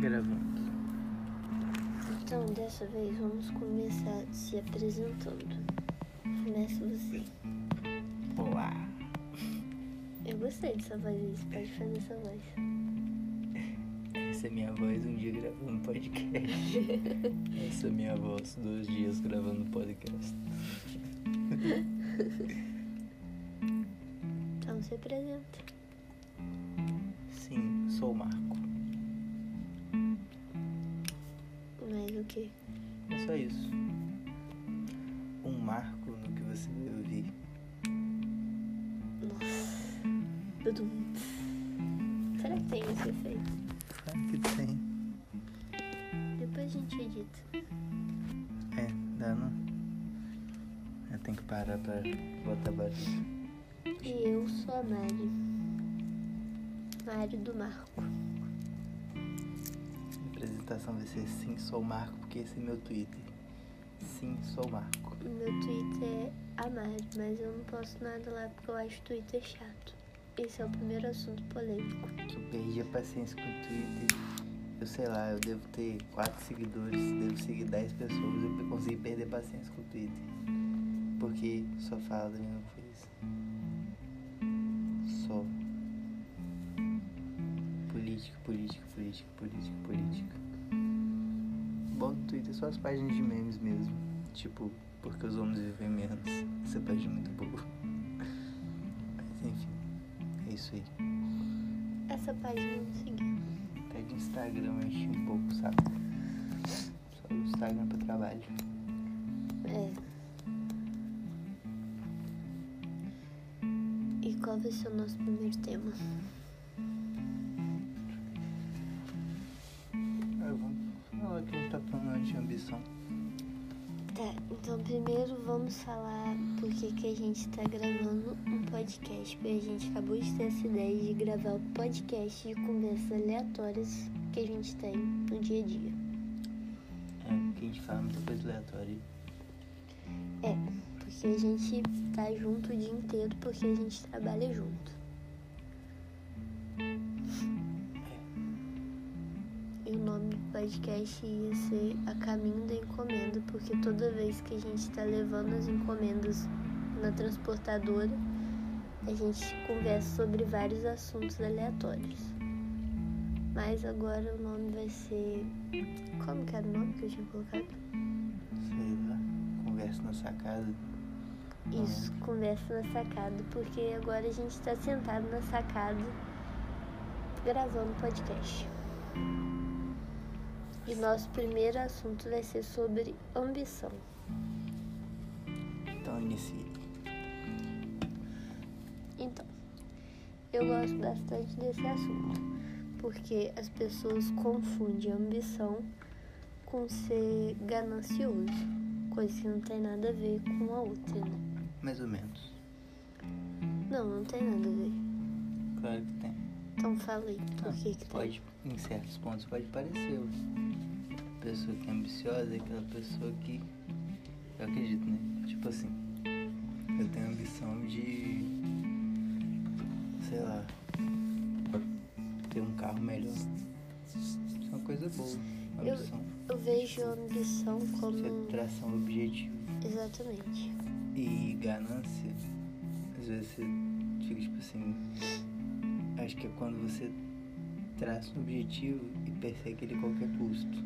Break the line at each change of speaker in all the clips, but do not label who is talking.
gravando.
Então, dessa vez vamos começar se apresentando. Comece você.
Olá,
Eu gostei dessa voz aí, você pode fazer essa voz.
essa é minha voz um dia gravando podcast. essa é minha voz dois dias gravando um podcast.
Então se apresenta.
Sim, sou o Marco.
Mas o que?
É só isso. Um marco no que você vai ouvir.
Nossa. Tudum. Será que tem esse efeito?
Claro que tem.
Depois a gente edita.
É, dá não? Eu tenho que parar pra botar barulho.
E eu sou a Mari. Mari do Marco.
Minha apresentação vai ser sim, sou o Marco, porque esse é meu Twitter. Sim, sou o Marco.
O Meu Twitter é a Mari, mas eu não posto nada lá porque eu acho o Twitter chato. Esse é o primeiro assunto polêmico.
que eu perdi a paciência com o Twitter. Eu sei lá, eu devo ter quatro seguidores, devo seguir 10 pessoas, eu consegui perder a paciência com o Twitter. Porque só fala da mesma coisa. Só. Política, política, política, política, política. Bom do Twitter é só as páginas de memes mesmo. Tipo, porque os homens vivem menos. Essa página é muito boa. Mas enfim, é isso aí.
Essa página é eu não segui.
Até de Instagram eu enchi um pouco, sabe? Só o Instagram pro trabalho.
É. E qual vai ser o nosso primeiro tema?
Ah, vamos falar que a gente tá falando de ambição.
Tá, então primeiro vamos falar por que, que a gente tá gravando um podcast. Porque a gente acabou de ter essa ideia de gravar o podcast de conversas aleatórias que a gente tem no dia a dia.
É, porque a gente fala muita coisa aleatória.
É, porque a gente tá junto o dia inteiro porque a gente trabalha junto. E o nome do podcast ia ser A Caminho da Encomenda, porque toda vez que a gente tá levando as encomendas na transportadora, a gente conversa sobre vários assuntos aleatórios. Mas agora o nome vai ser. Como que era o nome que eu tinha colocado?
Sei lá. Conversa na sacada.
Isso, conversa na sacada, porque agora a gente tá sentado na sacada gravando podcast. E nosso primeiro assunto vai ser sobre ambição.
Então inicie.
Então, eu gosto bastante desse assunto, porque as pessoas confundem ambição com ser ganancioso, coisa que não tem nada a ver com a outra, né?
Mais ou menos.
Não, não tem nada a ver.
Claro que tem.
Então falei, por que que
Tá.
tem?
Pode, em certos pontos, pode parecer. ué. A pessoa que é ambiciosa é aquela pessoa que. Eu acredito, né? Tipo assim. Eu tenho a ambição de. Sei lá. Ter um carro melhor. Isso é uma coisa boa. Uma
Eu-
ambição.
Eu vejo a ambição
Isso
como.
é tração ao objetivo.
Exatamente.
E ganância, às vezes você fica tipo assim. Acho que é quando você traça um objetivo e persegue ele a qualquer custo.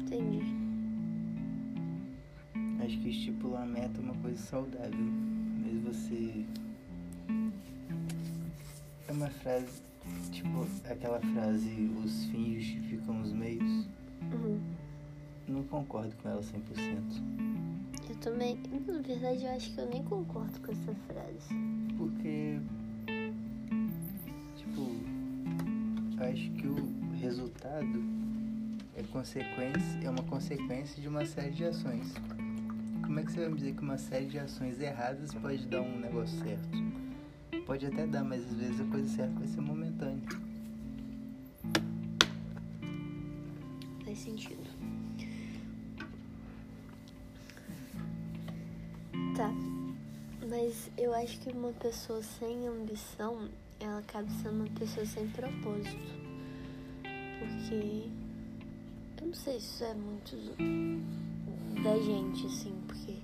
Entendi.
Acho que estipular a meta é uma coisa saudável. Mas você. É uma frase. Tipo, aquela frase: os fins justificam os meios.
Uhum.
Não concordo com ela 100%.
Eu também. Na verdade, eu acho que eu nem concordo com essa frase.
Porque. Tipo. Acho que o resultado é, consequência, é uma consequência de uma série de ações. Como é que você vai me dizer que uma série de ações erradas pode dar um negócio certo? Pode até dar, mas às vezes a coisa certa vai ser momentânea.
Faz sentido. Tá. Mas eu acho que uma pessoa sem ambição, ela acaba sendo uma pessoa sem propósito. porque eu não sei se isso é muito do- da gente, assim, porque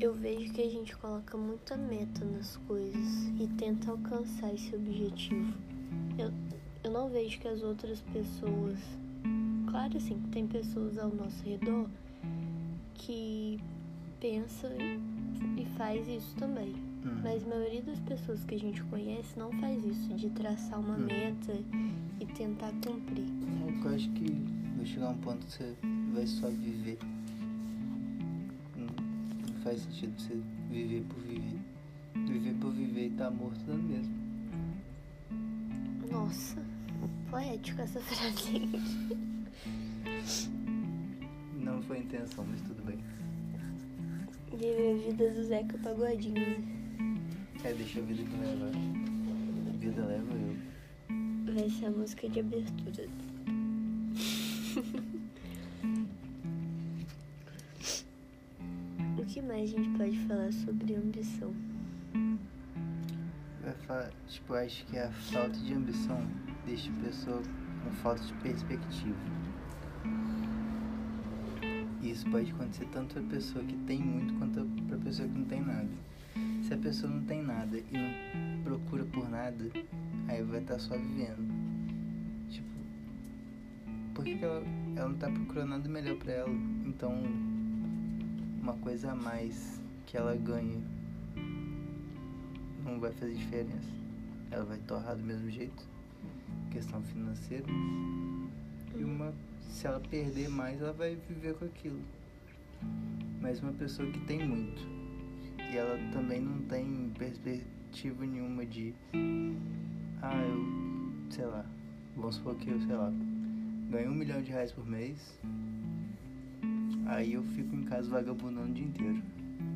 eu vejo que a gente coloca muita meta nas coisas e tenta alcançar esse objetivo. Eu, eu não vejo que as outras pessoas. Claro, assim, que tem pessoas ao nosso redor que pensam e, e faz isso também.
Uhum.
Mas a maioria das pessoas que a gente conhece não faz isso, de traçar uma
Uhum.
meta e tentar cumprir.
É, porque eu acho que vai chegar um ponto que você vai só viver. Não, não faz sentido você viver por viver. Viver por viver e tá morto dando mesmo.
Nossa, poética essa frase.
Não foi a intenção, mas tudo bem.
Viver a vida do Zeca Pagodinho, né?
É, deixa a vida me levar. A vida leva eu.
Vai ser a música é de abertura. o que mais a gente pode falar sobre ambição?
Vai falar, tipo, eu acho que a falta de ambição deixa a pessoa com falta de perspectiva. E Isso pode acontecer tanto pra pessoa que tem muito quanto pra pessoa que não tem nada. Se a pessoa não tem nada e não procura por nada, aí vai estar só vivendo. Tipo, por que, que ela, ela não tá procurando nada melhor pra ela? Então, uma coisa a mais que ela ganha não vai fazer diferença. Ela vai torrar do mesmo jeito. Questão financeira. E uma. Se ela perder mais, ela vai viver com aquilo. Mas uma pessoa que tem muito. E ela também não tem perspectiva nenhuma de. Ah, eu. Sei lá. Vamos supor que eu, sei lá. Ganho um milhão de reais por mês. Aí eu fico em casa vagabundando o dia inteiro.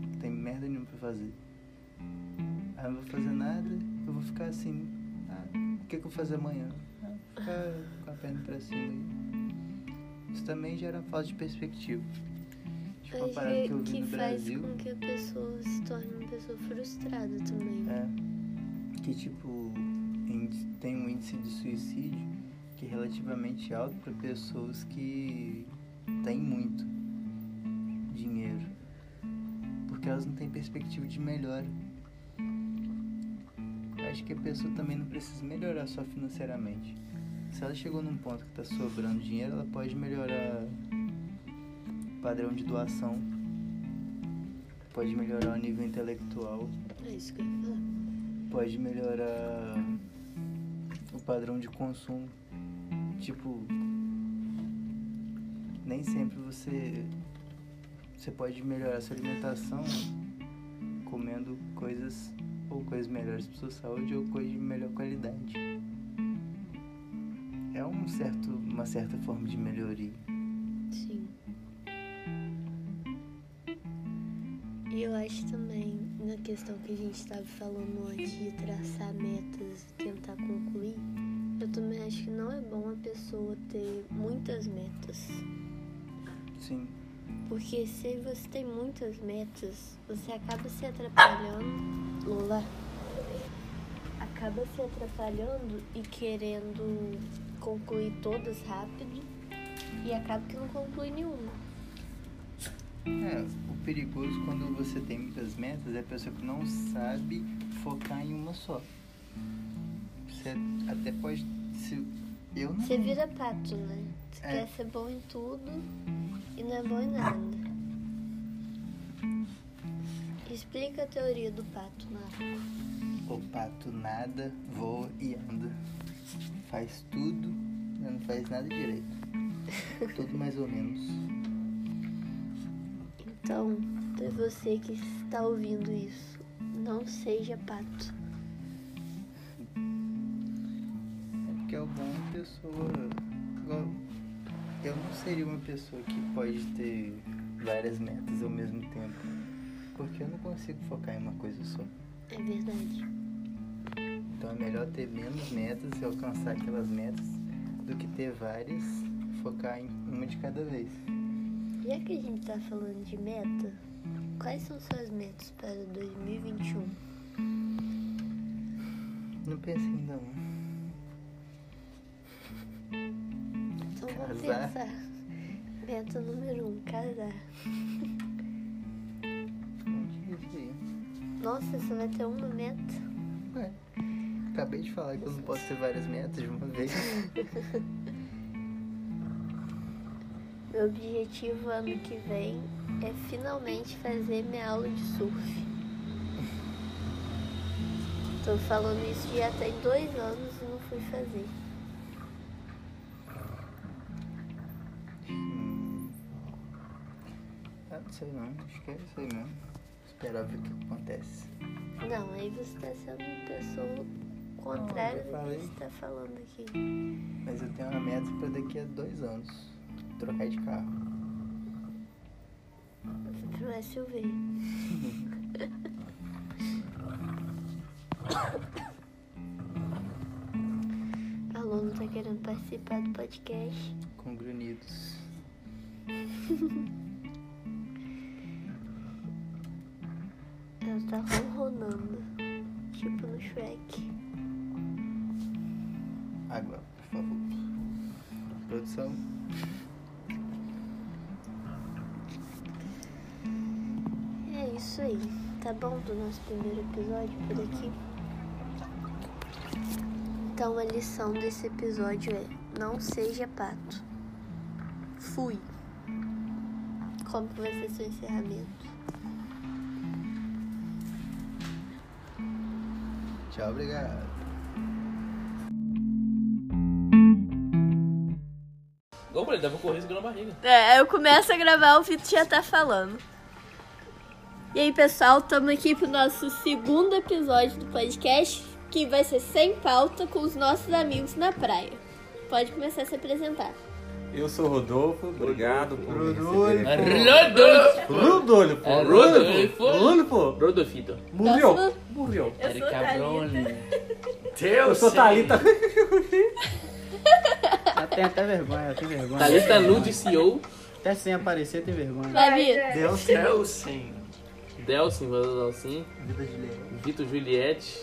Não tem merda nenhuma pra fazer. Ah, não vou fazer nada, eu vou ficar assim. Ah, o que, que eu vou fazer amanhã? Ah, ficar com a perna pra cima aí. Isso também gera falta de perspectiva. Tipo, uma
Mas
parada que eu vi
que
no
faz
Brasil.
com que a pessoa se torne uma pessoa frustrada também.
É. Que tipo, índice- tem um índice de suicídio que é relativamente alto para pessoas que têm muito dinheiro. Porque elas não têm perspectiva de melhora. Eu Acho que a pessoa também não precisa melhorar só financeiramente. Se ela chegou num ponto que tá sobrando dinheiro, ela pode melhorar o padrão de doação, pode melhorar o nível intelectual,
É isso que eu ia falar.
pode melhorar o padrão de consumo. Tipo, nem sempre você você pode melhorar sua alimentação comendo coisas ou coisas melhores para sua saúde ou coisas de melhor qualidade. É um certo, uma certa forma de melhoria.
Sim. E eu acho também, na questão que a gente estava falando antes de traçar metas e tentar concluir, eu também acho que não é bom a pessoa ter muitas metas.
Sim,
Porque se você tem muitas metas, você acaba se atrapalhando. Lula. Acaba se atrapalhando e querendo concluir todas rápido. E acaba que não conclui nenhuma.
É, o perigoso quando você tem muitas metas é a pessoa que não sabe focar em uma só. Você até pode. Se, eu não.
Você vira pato, né? Você
É.
quer ser bom em tudo e não é bom em nada. Explica a teoria do pato, Marco.
O pato nada, voa e anda. Faz tudo, mas não faz nada direito. tudo mais ou menos.
Então, pra você que está ouvindo isso, não seja pato.
É porque é o bom é a pessoa. igual- Eu não seria uma pessoa que pode ter várias metas ao mesmo tempo. Porque eu não consigo focar em uma coisa só.
É verdade.
Então é melhor ter menos metas e alcançar aquelas metas do que ter várias, focar em uma de cada vez.
Já que a gente tá falando de meta, quais são suas metas para 2021?
Não pensei ainda não.
Então,
Casar.
Pensar. Meta número um, casar.
Não tinha Um isso aí.
Nossa, você vai ter uma meta.
Ué, acabei de falar que eu não posso ter várias metas de uma vez.
Meu objetivo ano que vem é finalmente fazer minha aula de surf. Tô falando isso já tem dois anos e não fui fazer.
Hum. Ah, não sei não, acho que é isso aí mesmo. Esperar ver o que acontece.
Não, aí você tá sendo uma pessoa contrária
eu
do
falei.
que você tá falando aqui.
Mas eu tenho uma meta pra daqui a dois anos. Trocar de carro.
Eu fui pro SUV. Aluno tá querendo participar do podcast.
Com grunhidos.
Ela tá ronronando. Tipo no Shrek.
Água, por favor. Produção.
É isso aí. Tá bom do nosso primeiro episódio por aqui? Então a lição desse episódio é: não seja pato. Fui. Como que vai ser seu encerramento?
Tchau, obrigado.
Ô, Breno, dava um correr segurando a barriga.
É, eu começo a gravar, o Vitor já tá falando. E aí, pessoal, estamos aqui pro nosso segundo episódio do podcast, que vai ser sem pauta com os nossos amigos na praia. Pode começar a se apresentar.
Eu sou o Rodolfo, obrigado por me
Rodolfo.
receber.
Rodolfo!
Rodolfo!
É,
Rodolfo!
Rodolfo.
Rodolfo!
Rodolfito.
Morreu!
Nossa.
Morreu!
Eu sou
é
Deus!
Eu sou Thalita.
Ela tem até vergonha, ela tem vergonha.
Thalita nudiciou.
Até sem aparecer tem vergonha.
Vai, Vitor.
Deus
Delsin. Delsin, Delsin.
Vida de leão.
assim. Vitor Juliette.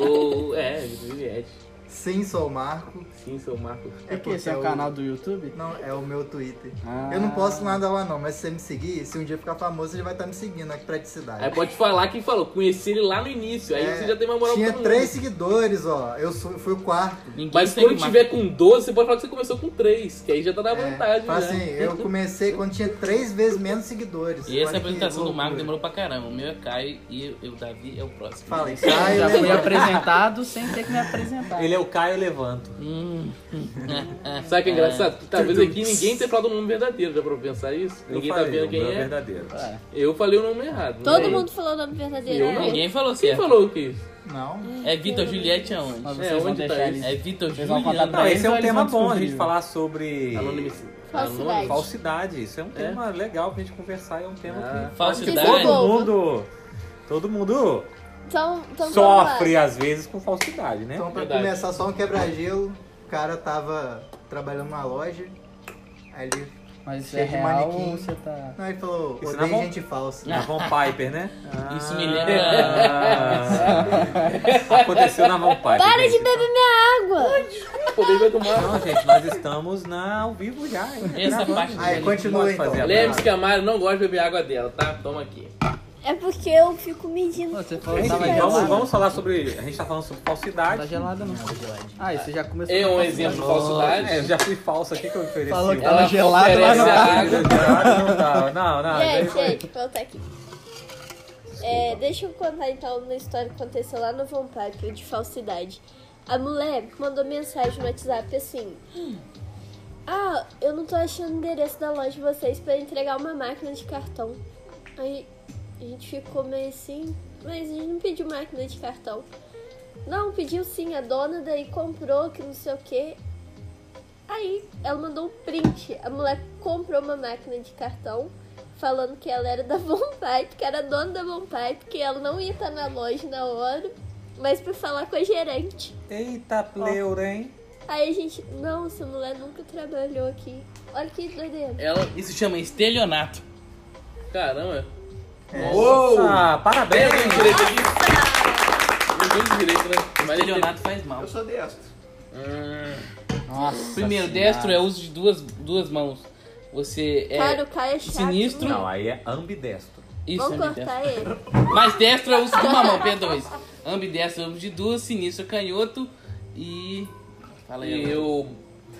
Ou. É, Vitor Juliette.
Sim, sou o Marco.
Sim, sou o Marco.
É que esse é
porque
o
eu-
canal do YouTube?
Não, é o meu Twitter.
Ah.
Eu não posso nada lá não, mas se você me seguir, se um dia ficar famoso, ele vai estar me seguindo, olha que praticidade.
Aí É, pode falar quem falou. Conheci ele lá no início. Aí
É,
você já tem uma moral
Tinha
pra todo
três seguidores, ó. Eu sou- fui o quarto. né?
mundo. Mas quando tiver com 12, você pode falar que você começou com 3. Que aí já tá na
É,
vantagem,
fala
né? é
assim, eu comecei quando tinha três vezes menos seguidores.
E
Olha
essa
que
apresentação do Marco
loucura.
demorou pra caramba. O meu é Caio e o Davi é o próximo.
Fala aí,
Já
Caio,
fui
Leandro.
apresentado sem ter que me apresentar.
Ele é o Caio Levanto.
Hum.
Sabe o que é engraçado? Que talvez aqui ninguém tenha falado o nome verdadeiro. Já pra pensar isso?
Eu
ninguém
falei,
tá vendo
o
quem
meu
é.
verdadeiro.
Eu falei o nome errado.
Todo
né?
mundo falou o nome verdadeiro.
Eu não.
né?
Ninguém falou
Quem
certo.
falou que isso?
Não,
É Vitor Juliette aonde?
Mas
É,
vocês vão
onde tá
deixar
isso?
eles.
É Vitor
Vocês vão contar
Juliano.
pra
Não, esse é um
Eles
tema
vão
bom, a
descobrir.
gente falar sobre
Anonimidade.
né?
Falsidade.
falsidade. Isso é um tema legal pra gente conversar, é um tema
Ah.
que
Vocês
Falsidade.
vão-
todo mundo... Todo mundo
Então, então
sofre às vezes com falsidade, né?
então pra
Verdade.
começar só um quebra-gelo, o cara tava trabalhando numa loja, aí ele,
Mas isso é
Cheio de
real
manequim.
ou você tá...
não, ele falou,
Isso
odeio
não é bom?
gente falsa.
Na Von Piper, né?
Isso
Ah.
me lembra-
Aconteceu na Von Piper.
Para de
gente.
beber minha água!
Poder vai tomar.
Não, gente, nós estamos na, ao vivo já. hein?
Essa
Gravando.
parte
Aí,
Ele
continua
pode
então.
fazer a
Lembre-se que a Mari não gosta de beber água dela, tá? Toma aqui.
É porque eu fico medindo.
Pô, você falou que
Enfim,
é
tava
vamos,
gelado.
vamos falar sobre. A gente tá falando sobre
Não tá
falsidade.
gelada não. Ah, isso já começou.
É
com
um
falsidade.
exemplo de
É, eu
falsidade.
já fui falso aqui que eu ofereci. um
Falou que
Ela-
tava
Ela
gelada, mas
oferece
não
a
tá.
água.
Não, tava, não, não.
Gente,
daí-
gente, voltar aqui. É, deixa eu contar então uma história que aconteceu lá no Von Piper de falsidade. A mulher mandou mensagem no WhatsApp assim: Ah, eu não tô achando o endereço da loja de vocês pra entregar uma máquina de cartão. Aí a gente ficou meio assim, mas a gente não pediu máquina de cartão. Não, pediu sim, a dona daí comprou, que não sei o que. Aí ela mandou um print. A mulher comprou uma máquina de cartão falando que ela era da Von Pipe, que era dona da Von Pipe, que ela não ia estar na loja na hora, mas pra falar com a gerente.
Eita, pleura, hein?
Aí a gente, não, essa mulher nunca trabalhou aqui. Olha que doideira.
Ela.
Isso chama estelionato.
Caramba.
Uou!
Oh.
Ah, parabéns!
Ninguém de direito aqui. Ninguém de direito, né? Mas ele
Estelionato faz mal.
Hum,
Nossa.
Primeiro,
senhora.
destro é uso de duas, duas mãos. Você é.
Cara, o Caio é chato.
sinistro. é
né?
Não, aí é ambidestro.
Isso,
Vamos
ambidestro.
cortar ele.
Mas destro é uso de uma mão, perdão isso. Ambidestro é uso de duas, sinistro é canhoto e. Fala aí.
E
Alan.
o.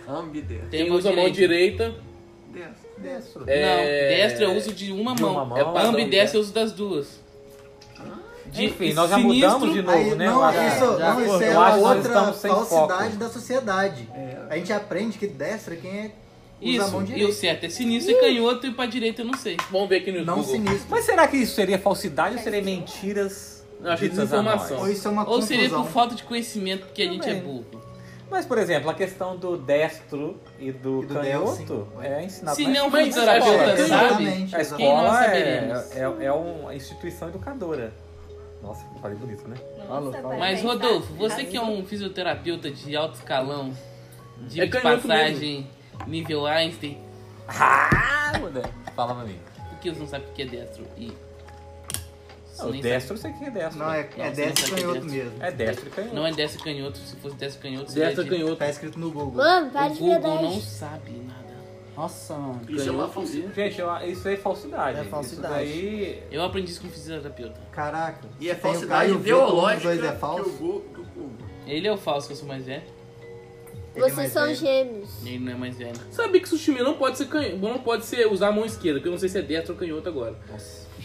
Ambidestro.
Quem
mão
usa a mão direita.
Destro.
Não,
É...
destro é uso de uma
de
mão.
uma mão,
é
padrão,
ambidestro é uso das duas. De-
Enfim, nós já
sinistro-
mudamos de novo,
Aí,
né?
não,
o assunto.
já
isso, não, isso
acordou.
é
Eu
uma
acho que nós
outra
estamos sem
falsidade
foco.
da sociedade. A gente aprende que destra é quem é, usa a
Isso,
mão
e o
direita.
certo é sinistro e canhoto e pra direita eu não sei.
Vamos ver aqui no
Não
Google.
sinistro.
Mas será que isso seria falsidade ou seria mentiras?
Eu acho que
ditas a nós?
desinformação.
Ou isso é uma
Ou
confusão.
seria por falta de conhecimento porque a gente é
Também.
burro.
Mas, por exemplo, a questão do destro e do,
E do
canhoto
Delsin.
é ensinado
Se
na
não
escola.
for terapeuta,
escola,
sabe?
exatamente.
A
Quem nós
escola
saberemos?
é, é, é uma instituição educadora. Nossa, eu falei bonito, né?
Falou, falou.
Mas, Rodolfo, você que é um fisioterapeuta de alto escalão, de
É canhoto
passagem, nível Einstein,
Ah, mulher. Fala pra mim.
por que você não sabe o que é destro e.
Ah,
Nem
O
sabe.
destro eu sei que é destro.
Não, é,
Não,
é
você não
destra
sabe
e outro
direito.
mesmo.
É destro e canhoto.
Não é destro e canhoto, se fosse destro e canhoto, seria
Destro
de-
canhoto.
Tá escrito no Google.
Mano, para
O
de
Google
verdade.
não sabe nada.
Nossa, mano.
Isso é uma falsidade.
Gente, eu- isso é falsidade.
É falsidade.
Isso daí...
Eu aprendi isso com fisioterapeuta.
Caraca.
E é
Tem o
falsidade
Caio V,
ideológica
um dos dois é
que
falso.
o Gu- do Google.
Ele é o falso, que eu sou mais velho.
Ele é
Vocês
mais
são
velho.
gêmeos.
Ele não é mais velho.
Sabia que Sushimi não pode ser canhoto. Não pode ser usar a mão esquerda, porque eu não sei se é destro ou canhoto agora.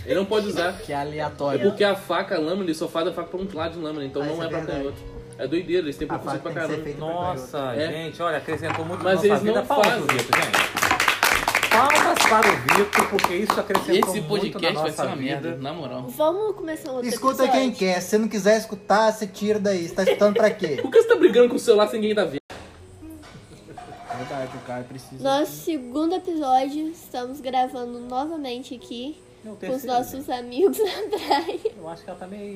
Ele não pode usar.
Que
É
aleatório.
porque a faca, a lâmina, ele só faz a faca pra um lado de lâmina, então
Ah,
não
isso
é
é
pra
verdade.
canhoto. É doideira, eles têm
A
preconceito
faca
pra
tem que ser feita
caramba.
pra né? canhoto.
Nossa,
É.
gente, olha, acrescentou
Mas
muito na nossa
eles não
vida. Palmas pro
fazem.
Vitor, gente. Palmas para o Vitor, porque isso acrescentou
Esse
muito um na
podcast vai
nossa
ser uma
vida.
merda, na moral.
Vamos começar um outro
Escuta
episódio?
quem quer. Se você não quiser escutar, você tira daí. Você tá escutando pra quê?
Por que você tá brigando com o celular sem ninguém tá vendo?
Verdade, o cara precisa.
Nosso segundo episódio, estamos gravando novamente aqui
Não, o
com os
terceiro,
nossos amigos na praia.
Eu acho que ela tá meio...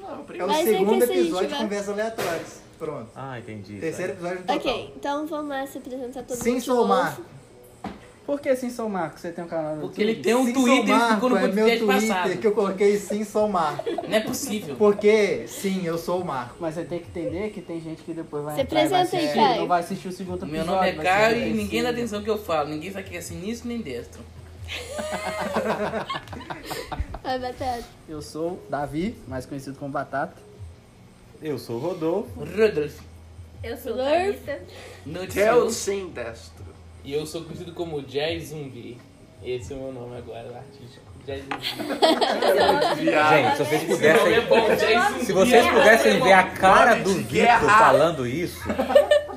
Não, o
É
primeiro.
o
Mas é que
segundo
esse a gente
episódio de
vai-
Conversas Aleatórias. Pronto.
Ah, entendi.
Terceiro episódio total.
ok, então vamos lá se apresentar todo
Tá Sim,
mundo. de
sou o
novo.
Marco.
Por que sim, São Marcos? Você tem um canal no
Porque ele
YouTube?
tem um
Sim, sou
Twitter e
Marco,
ficou no
é meu
podcast
Twitter
passado.
que eu coloquei sim, sou Marco.
Não é possível.
Porque sim, eu sou o Marco.
um-
Mas você tem que entender que tem gente que depois vai
Se
entrar e vai
apresenta aí,
assistir,
Caio.
não vai assistir o segundo episódio.
Meu nome é
vai
Caio
assistir
e
o
ninguém dá
terceiro.
atenção no que eu falo. Ninguém sabe que é sinistro nem destro.
Ai, batata.
Eu sou Davi, mais conhecido como Batata.
Eu sou o Rodolfo.
Rudolf.
Eu sou
Lurf.
Larissa.
Theo
Nutzel.
sem destro.
E eu sou conhecido como Jazz Zumbi. Esse é o meu nome agora, artístico. Jazz Zumbi. Ah,
Gente, se vocês pudessem...
é
é Jazz
Se vocês pudessem
é
ver a cara do
Nome de
Vitor
guerra.
falando isso,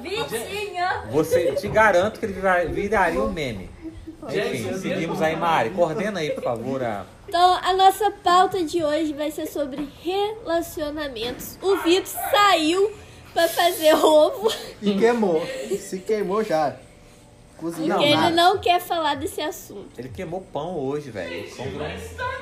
Vitinho.
você te garanto que ele vira- viraria um meme. Enfim,
Gente,
seguimos aí, Mari. Coordena aí, por favor, a
Então, a nossa pauta de hoje vai ser sobre relacionamentos. O Vitor saiu pra fazer ovo
E queimou.
Se queimou já.
porque
Cozinhou
Não,
ele
nada.
nada.
não quer falar desse assunto.
Ele queimou pão hoje, velho. O pão
né?
virou um-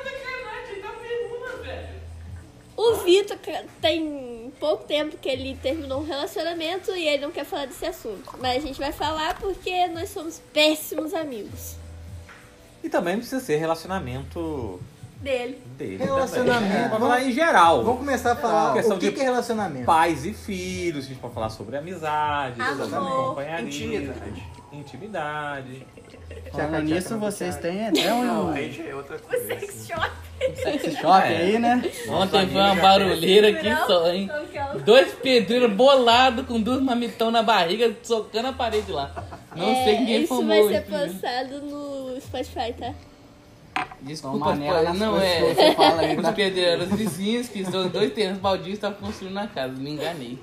O Vitor ca- tem pouco tempo que ele terminou um relacionamento e ele não quer falar desse assunto. Mas a gente vai falar porque nós somos péssimos amigos.
E também não precisa ser relacionamento
Dele.
dele.
Relacionamento.
Também. Vamos falar em geral.
Vamos começar a falar
Questão
o que,
de-
que é relacionamento.
Pais e filhos, a gente pode falar sobre amizade,
Amor.
sobre companheirismo,
Intimidade.
intimidade.
Falando nisso, vocês têm até
Não,
um
aí já é outra
O
coisa.
sex shop.
sex shop
É.
aí, né?
Ontem foi uma barulheira aqui
Não,
só, hein?
sou que é eu-
Dois pedreiros bolados com dois mamitão na barriga, socando a parede lá. Não
É,
sei quem
Isso
formou
vai ser
isso, né?
postado no Spotify, tá?
Uma
Desculpa,
maneira
pai,
nas
não
coisas
é.
que você fala aí,
Os
tá?
pedreiros eram os vizinhos que são dois terrenos baldios e estavam construindo a casa. Me enganei.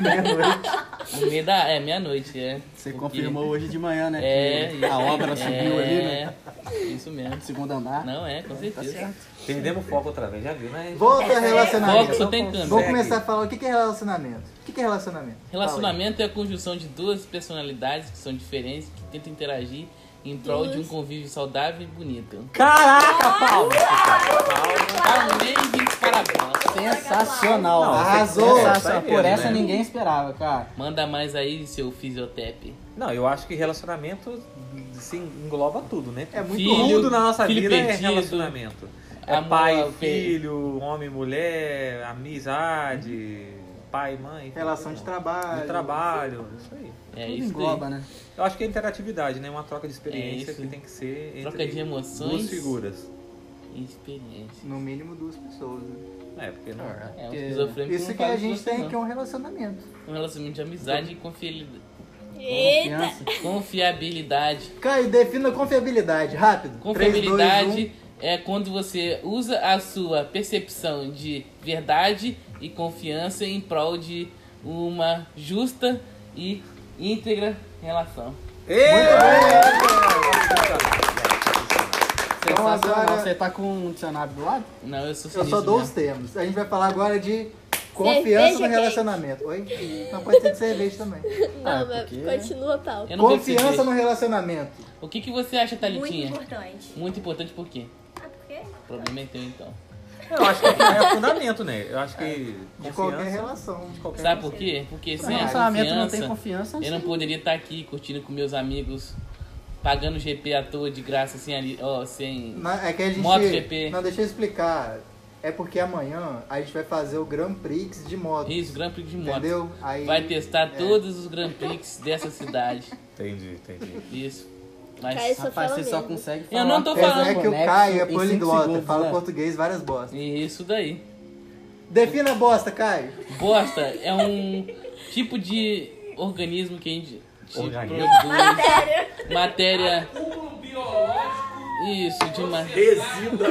Meia-noite. No meio da. É, meia-noite, é.
Você
Porque-
confirmou hoje de manhã, né?
É,
que a obra subiu
é,
ali, né?
Isso mesmo.
Segundo andar.
Não é, com certeza.
Perdemos o foco outra vez, já viu, né?
Volta ao
Foco
relacionamento.
só tem câmera.
Vamos começar a falar o que que é relacionamento. O que que é relacionamento?
Relacionamento é a conjunção de duas personalidades que são diferentes, que tentam interagir em prol de um convívio saudável e bonito.
Caraca, Paulo!
Amém, gente, parabéns.
Sensacional.
Não,
arrasou.
Isso aí
Sensacional.
é
mesmo,
Por essa
né?
ninguém esperava, cara.
Manda mais aí, seu fisiotep.
Não, eu acho que relacionamento se engloba tudo, né?
É muito
Filho,
tudo na nossa
filho
vida é
perdido,
relacionamento. É
amor,
pai,
pe-
filho, homem, mulher, amizade, pai, mãe.
Relação de trabalho.
De trabalho, isso aí.
É
Tudo
isso.
engloba, né?
Eu acho que é interatividade, né? Uma troca de
É
experiência
isso.
que tem que ser entre
Troca de emoções.
duas figuras.
aí. Experiência.
No mínimo duas pessoas. né?
É, porque não.
É, um
Porque
esquizofrênico
Isso
não
que a
faz
gente
isso, não.
tem que é um relacionamento.
Um relacionamento de amizade e confi-
Eita!
Confiança.
confiabilidade.
Caio, defina confiabilidade, rápido.
um.
Confiabilidade é quando você usa a sua percepção de verdade e confiança em prol de uma justa e íntegra relação.
Então
Sensacional.
agora você tá com um dicionário do lado?
Não, eu
Eu
sou sinistro.
só dou os
mesmo.
termos. A gente vai falar agora de confiança no
quente.
relacionamento. Oi? Não pode ser de cerveja também.
Ah,
Não, mas
porque-
continua a pauta.
Eu não bebo
Confiança
cerveja.
no relacionamento.
O que, que você acha,
é Muito
Thalitinha? Muito,
importante.
importante por quê?
Ah, por quê?
O problema é teu, então.
Eu acho que é fundamento, né? Eu acho que.
É, De
confiança-
qualquer relação.
de qualquer
Sabe por quê? Porque
No
sem a
relacionamento não tem
é confiança,
confiança.
eu não poderia estar aqui curtindo com meus amigos, pagando GP à toa de graça, sem ali, ó, sem...
Na- É que a gente.
MotoGP.
Não, deixa eu explicar. É porque amanhã a gente vai fazer o Grand Prix de moto.
Isso, Grand Prix de moto.
Entendeu? Aí
Vai testar
É.
todos os Grand Prix dessa cidade.
Entendi, entendi.
Isso.
Caio
Mas
só fala
Rapaz, você só
mesmo.
consegue
Eu
falar.
não tô
Pensa,
falando.
é que o
Conexo
Caio é
em cinco
poliglota,
segundos,
fala
né?
português várias bostas.
isso daí.
Defina bosta, Caio.
Bosta é um tipo de organismo que a gente te
Organismo?
produz matéria. Isso, de ma...
Resida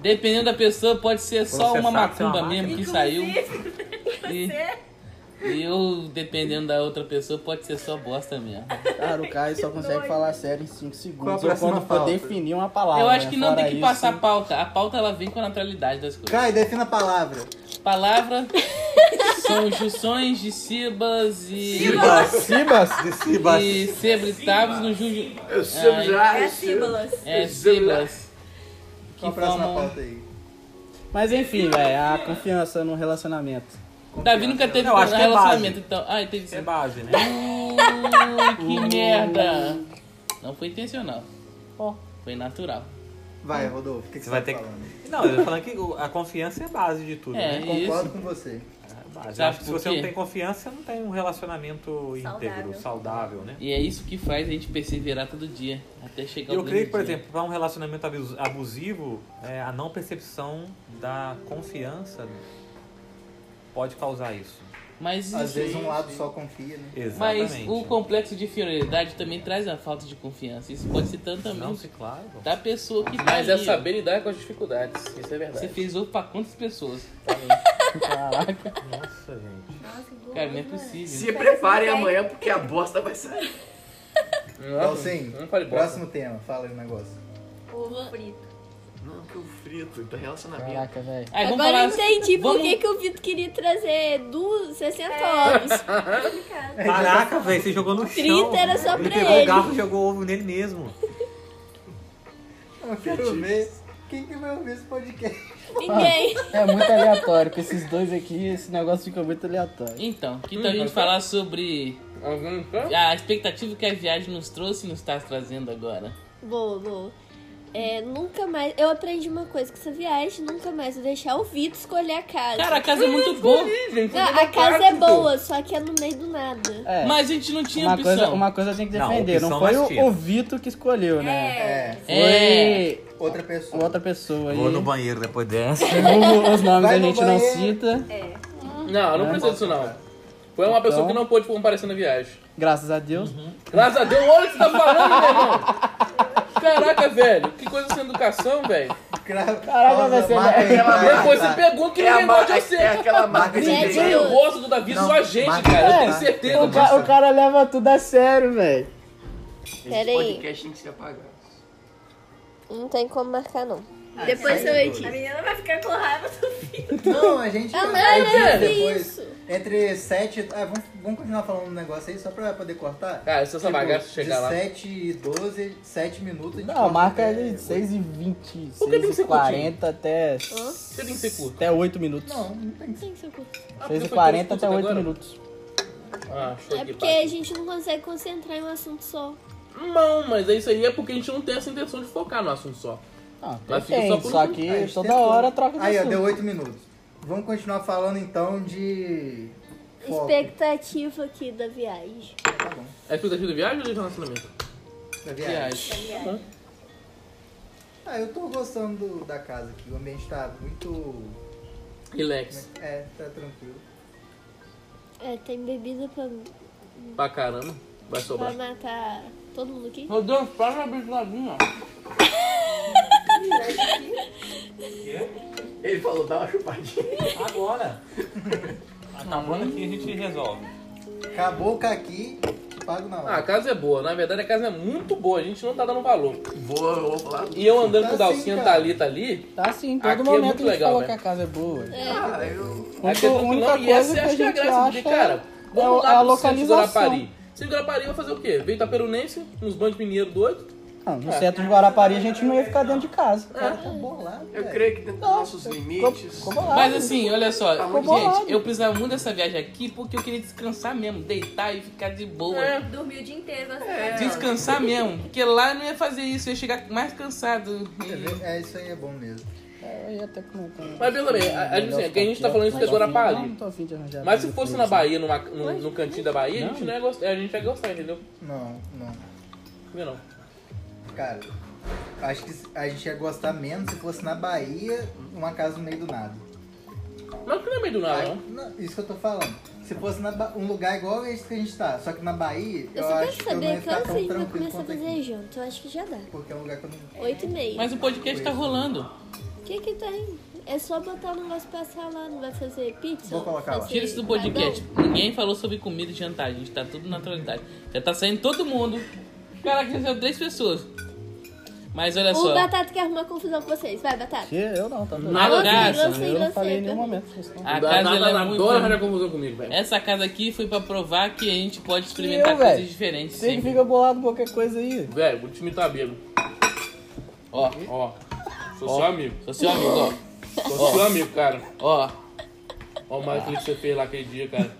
Dependendo da pessoa, pode ser só
você
uma
sabe que é uma
macumba
máquina.
mesmo que saiu.
Inclusive,
E,
você
e eu, dependendo da outra pessoa, pode ser só bosta mesmo.
Cara, o Caio só consegue falar sério em 5
Qual a
segundos. Ou
próxima
quando for
pauta?
definir uma palavra. né?
Eu acho
né?
que não
Fora
tem que
isso,
passar pauta. A pauta ela vem com a naturalidade das coisas.
Caio, defina a palavra.
Palavra são junções de sílabas e.
Cibas?
E sebritavos no juju.
Eu sou
Ai.
já.
é símbolos.
É, sílabas.
Qual
Que
Então, a próxima
formam.
pauta aí?
Mas enfim, velho, a confiança no relacionamento.
Davi nunca teve
Eu acho que é
relacionamento, então. Ai, teve sim.
É base, né?
Uh, que merda! Não foi intencional. Foi natural.
Vai, Rodolfo, o que, que
Você
você
vai
tá
ter que-
falando?
Não, eu tô falando que o- a confiança é base de tudo,
É,
né?
Concordo
isso.
com você.
É base. Eu
Sabe
acho que se
por
você
quê?
não tem confiança, não tem um relacionamento íntegro,
Saudável.
saudável, né?
E é isso que faz a gente perseverar todo dia. Até chegar
E eu
ao
creio que,
grande
por
dia.
exemplo, para um relacionamento abus- abusivo, é, a não percepção da confiança pode causar isso.
Mas
Às
isso-
vezes um lado só confia, né?
Mas
Exatamente.
o complexo de inferioridade também traz a falta de confiança. Isso pode ser tanto
Não,
também
se claro.
da pessoa que tá
Mas é
ali, ó.
saber lidar com as dificuldades. Isso é verdade.
Você fez ovo pra quantas pessoas?
Nossa, gente.
Nossa, que
Cara, não é
gostoso, né?
possível.
Se preparem amanhã porque a bosta vai sair.
Então,
Tá?
Não,
sim,
não fale bosta.
próximo tema, fala aí um negócio.
Ovo frito.
Não, que eu frito, então relacionamento.
Caraca, velho.
Aí, vamos
Agora eu
falar-
entendi por
vamos-
que, que o Vitor queria trazer duas, 60
É.
ovos.
Complicado.
Caraca, velho, você jogou no chão.
30 era só
Ele
pra
pegou o
ele.
garfo e jogou ovo nele mesmo.
Eu quero ver quem que vai ouvir esse podcast.
Ninguém.
É muito aleatório. Com esses dois aqui, esse negócio fica muito aleatório.
Então, que tal a gente falar sobre
Algum canto?
a expectativa que a viagem nos trouxe e nos está trazendo agora?
Boa, boa. É, nunca mais. Eu aprendi uma coisa com essa viagem, nunca mais vou deixar o Vitor escolher a casa.
Cara, a casa é muito boa,
gente,
Não, a casa é boa, só que é no meio do nada.
É.
mas a gente não tinha
uma
opção.
coisa, uma coisa eu tenho que
Não,
defender. Não,
opção
foi
nós
o, o
tínhamos.
Vitor que escolheu, né?
É.
É,
É.
Foi
outra pessoa.
outra pessoa aí.
Vou no banheiro depois dessa.
Os- Os nomes
Vai
a
no
gente não
banheiro.
cita.
Não, não precisa disso não. Foi uma
Então.
pessoa que não pôde comparecer na viagem.
Graças a Deus.
Graças a Deus, olha o que você tá falando, meu irmão. Caraca, velho, que coisa sem educação, velho.
Caraca,
você-
Depois você pegou que
É, a
não
mar-
lembrou de você.
é aquela
Ah,
marca de
Gente,
beijo.
eu-
Eu gosto do Davi
Não,
só a gente,
mas-
cara. Eu tenho
É.
certeza
O
O,
ca-
disso.
o
cara leva tudo a sério, velho.
Pera
Esse
aí.
podcast tem que ser apagado.
Não tem como marcar, não.
Ah,
Depois eu edito.
é A menina vai ficar com raiva do
Não, a gente
Ah, não,
vai
não,
ver
não,
depois.
isso.
Entre 7. Ah, vamos, vamos continuar falando um negócio aí só pra poder cortar?
Cara, se essa
Tipo,
bagaça chegar
de
lá.
7 e 12, 7 minutos a gente
Não,
corta,
marca
é,
ali de
oito.
6 e 20,
que tem que
6
ser
e 40 até...
Você tem que ser curto.
Até 8 minutos.
Não, não tem que
Tem que ser curto.
Ah, porque
6 e
foi
40
todos
até 8
agora?
minutos.
Ah, show
É
que
porque a
pariu.
gente não consegue concentrar em um assunto só.
Não, mas é isso aí é porque a gente não tem essa intenção de focar no assunto só.
Não,
Mas fica
tem, tem,
só
só,
por um-
Ah, a
que
gente
toda
tentou.
hora troca de
Aí, ó,
assunto.
deu 8 minutos. Vamos continuar falando então de. Foco.
Expectativa aqui da viagem.
Tá bom.
É expectativa de viagem ou de relacionamento?
Da viagem.
Da viagem.
Ah, eu tô gostando do- da casa aqui. O ambiente tá muito.
Relax.
É, tá tranquilo.
É, tem bebida pra,
Pra caramba. Vai
pra
sobrar.
matar todo mundo aqui.
Rodolfo, faz uma bisoladinha.
Ele falou, dá uma chupadinha.
Agora! Acabando aqui a gente resolve.
Acabou o caqui, pago na
Ah, a
hora.
casa é boa. Na verdade, a casa é muito boa. A gente não tá dando valor.
Boa, eu vou falar.
E eu andando com o
Tá sim,
Dalcinho,
cara.
Thalita ali.
Tá sim, em todo
Aqui é
momento
muito
a gente
legal,
falou
velho.
que a casa é boa.
Ah, eu...
A
Aqui é
única
tranquilão. E
coisa
essa
que
eu
a
acho que é a
gente
graça.
acha
Porque, cara,
é
vamos
a
lá pro centro de
localização.
Guarapari. Centro de Guarapari, eu vou fazer o quê? Veio Itaperuense, uns bandos de mineiro doido.
Não, no
É.
centro de Guarapari a gente não ia ficar dentro de casa.
Tá bolado,
eu
velho.
creio que dentro dos nossos limites.
Ficou bolado.
Mas assim, olha só,
Tá
muito
gente,
bolado.
eu precisava muito dessa viagem aqui porque eu queria descansar mesmo, deitar e ficar de boa.
Dormiu o dia inteiro, você
Descansar mesmo, porque lá eu não ia fazer isso, eu ia chegar mais cansado.
É, isso aí é bom mesmo.
Eu ia até comentar.
Mas pensa bem, a- a- assim,
Melhor
é que a gente tá
ficar
falando
aqui,
isso
ó.
de Guarapari.
Não, não tô afim de arranjar
Mas se
briga
fosse
com
na
isso.
Bahia, numa- no, no cantinho da Bahia, a gente não ia gostar, a gente ia gostar, entendeu?
Não, não.
Comigo não.
Cara, acho que a gente ia gostar menos se fosse na Bahia, uma casa no meio do nada.
Mas que não é meio do nada,
Ah,
não.
não, isso que eu tô falando. Se fosse na Ba- um lugar igual esse que a gente tá, só que na Bahia, eu,
Eu só
acho
quero
que eu não ia
saber que
ficar
horas a
tão
gente vai
tranquilo
começar a
quanto
fazer
aqui.
janta. Eu acho que já dá.
Porque é um lugar que eu não.
Oito e meia.
Mas o podcast tá rolando.
O que que tem? É só botar o negócio pra assar lá, não vai fazer pizza?
Vou colocar lá.
Fazer
Tira isso do podcast. Ninguém falou sobre comida e jantar, gente. Tá tudo naturalidade. Já tá saindo todo mundo. Caraca, já saiu três pessoas. Mas olha
O
só.
Um Batata quer arrumar confusão com vocês. Vai, Batata.
Que? Eu não, tá doido.
Na graça.
Eu não
grosseiro,
falei em nenhum
grosseiro.
momento. vocês estão-
A casa
tá
ela é
Ela
muito.
adora
né?
arranjar confusão comigo, velho.
Essa casa aqui foi pra provar que a gente pode experimentar
Eu,
coisas
velho.
diferentes.
Você que
sempre.
fica bolado com qualquer coisa aí.
Velho, o time tá bêbado.
Ó,
Ó, sou seu amigo.
sou seu amigo, ó.
Sou seu amigo, cara.
Ó,
Ó o mais que você fez lá aquele dia, cara.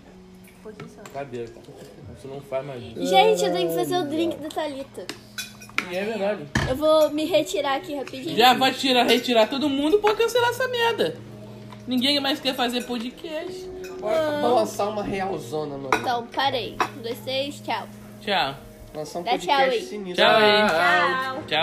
Cadê, cara? Você não faz mais isso.
Gente, eu tenho que fazer o drink da Thalita.
E é verdade.
Eu vou me retirar aqui rapidinho.
já vai tirar, retirar todo mundo pra cancelar essa merda. Ninguém mais quer fazer podcast.
Bora lançar uma realzona no.
Então, parei. Um, dois, três, tchau.
Tchau.
Lançar um
Dá tchau
podcast
aí.
Ah,
sinistro.
Tchau aí.
Tchau.
Tchau.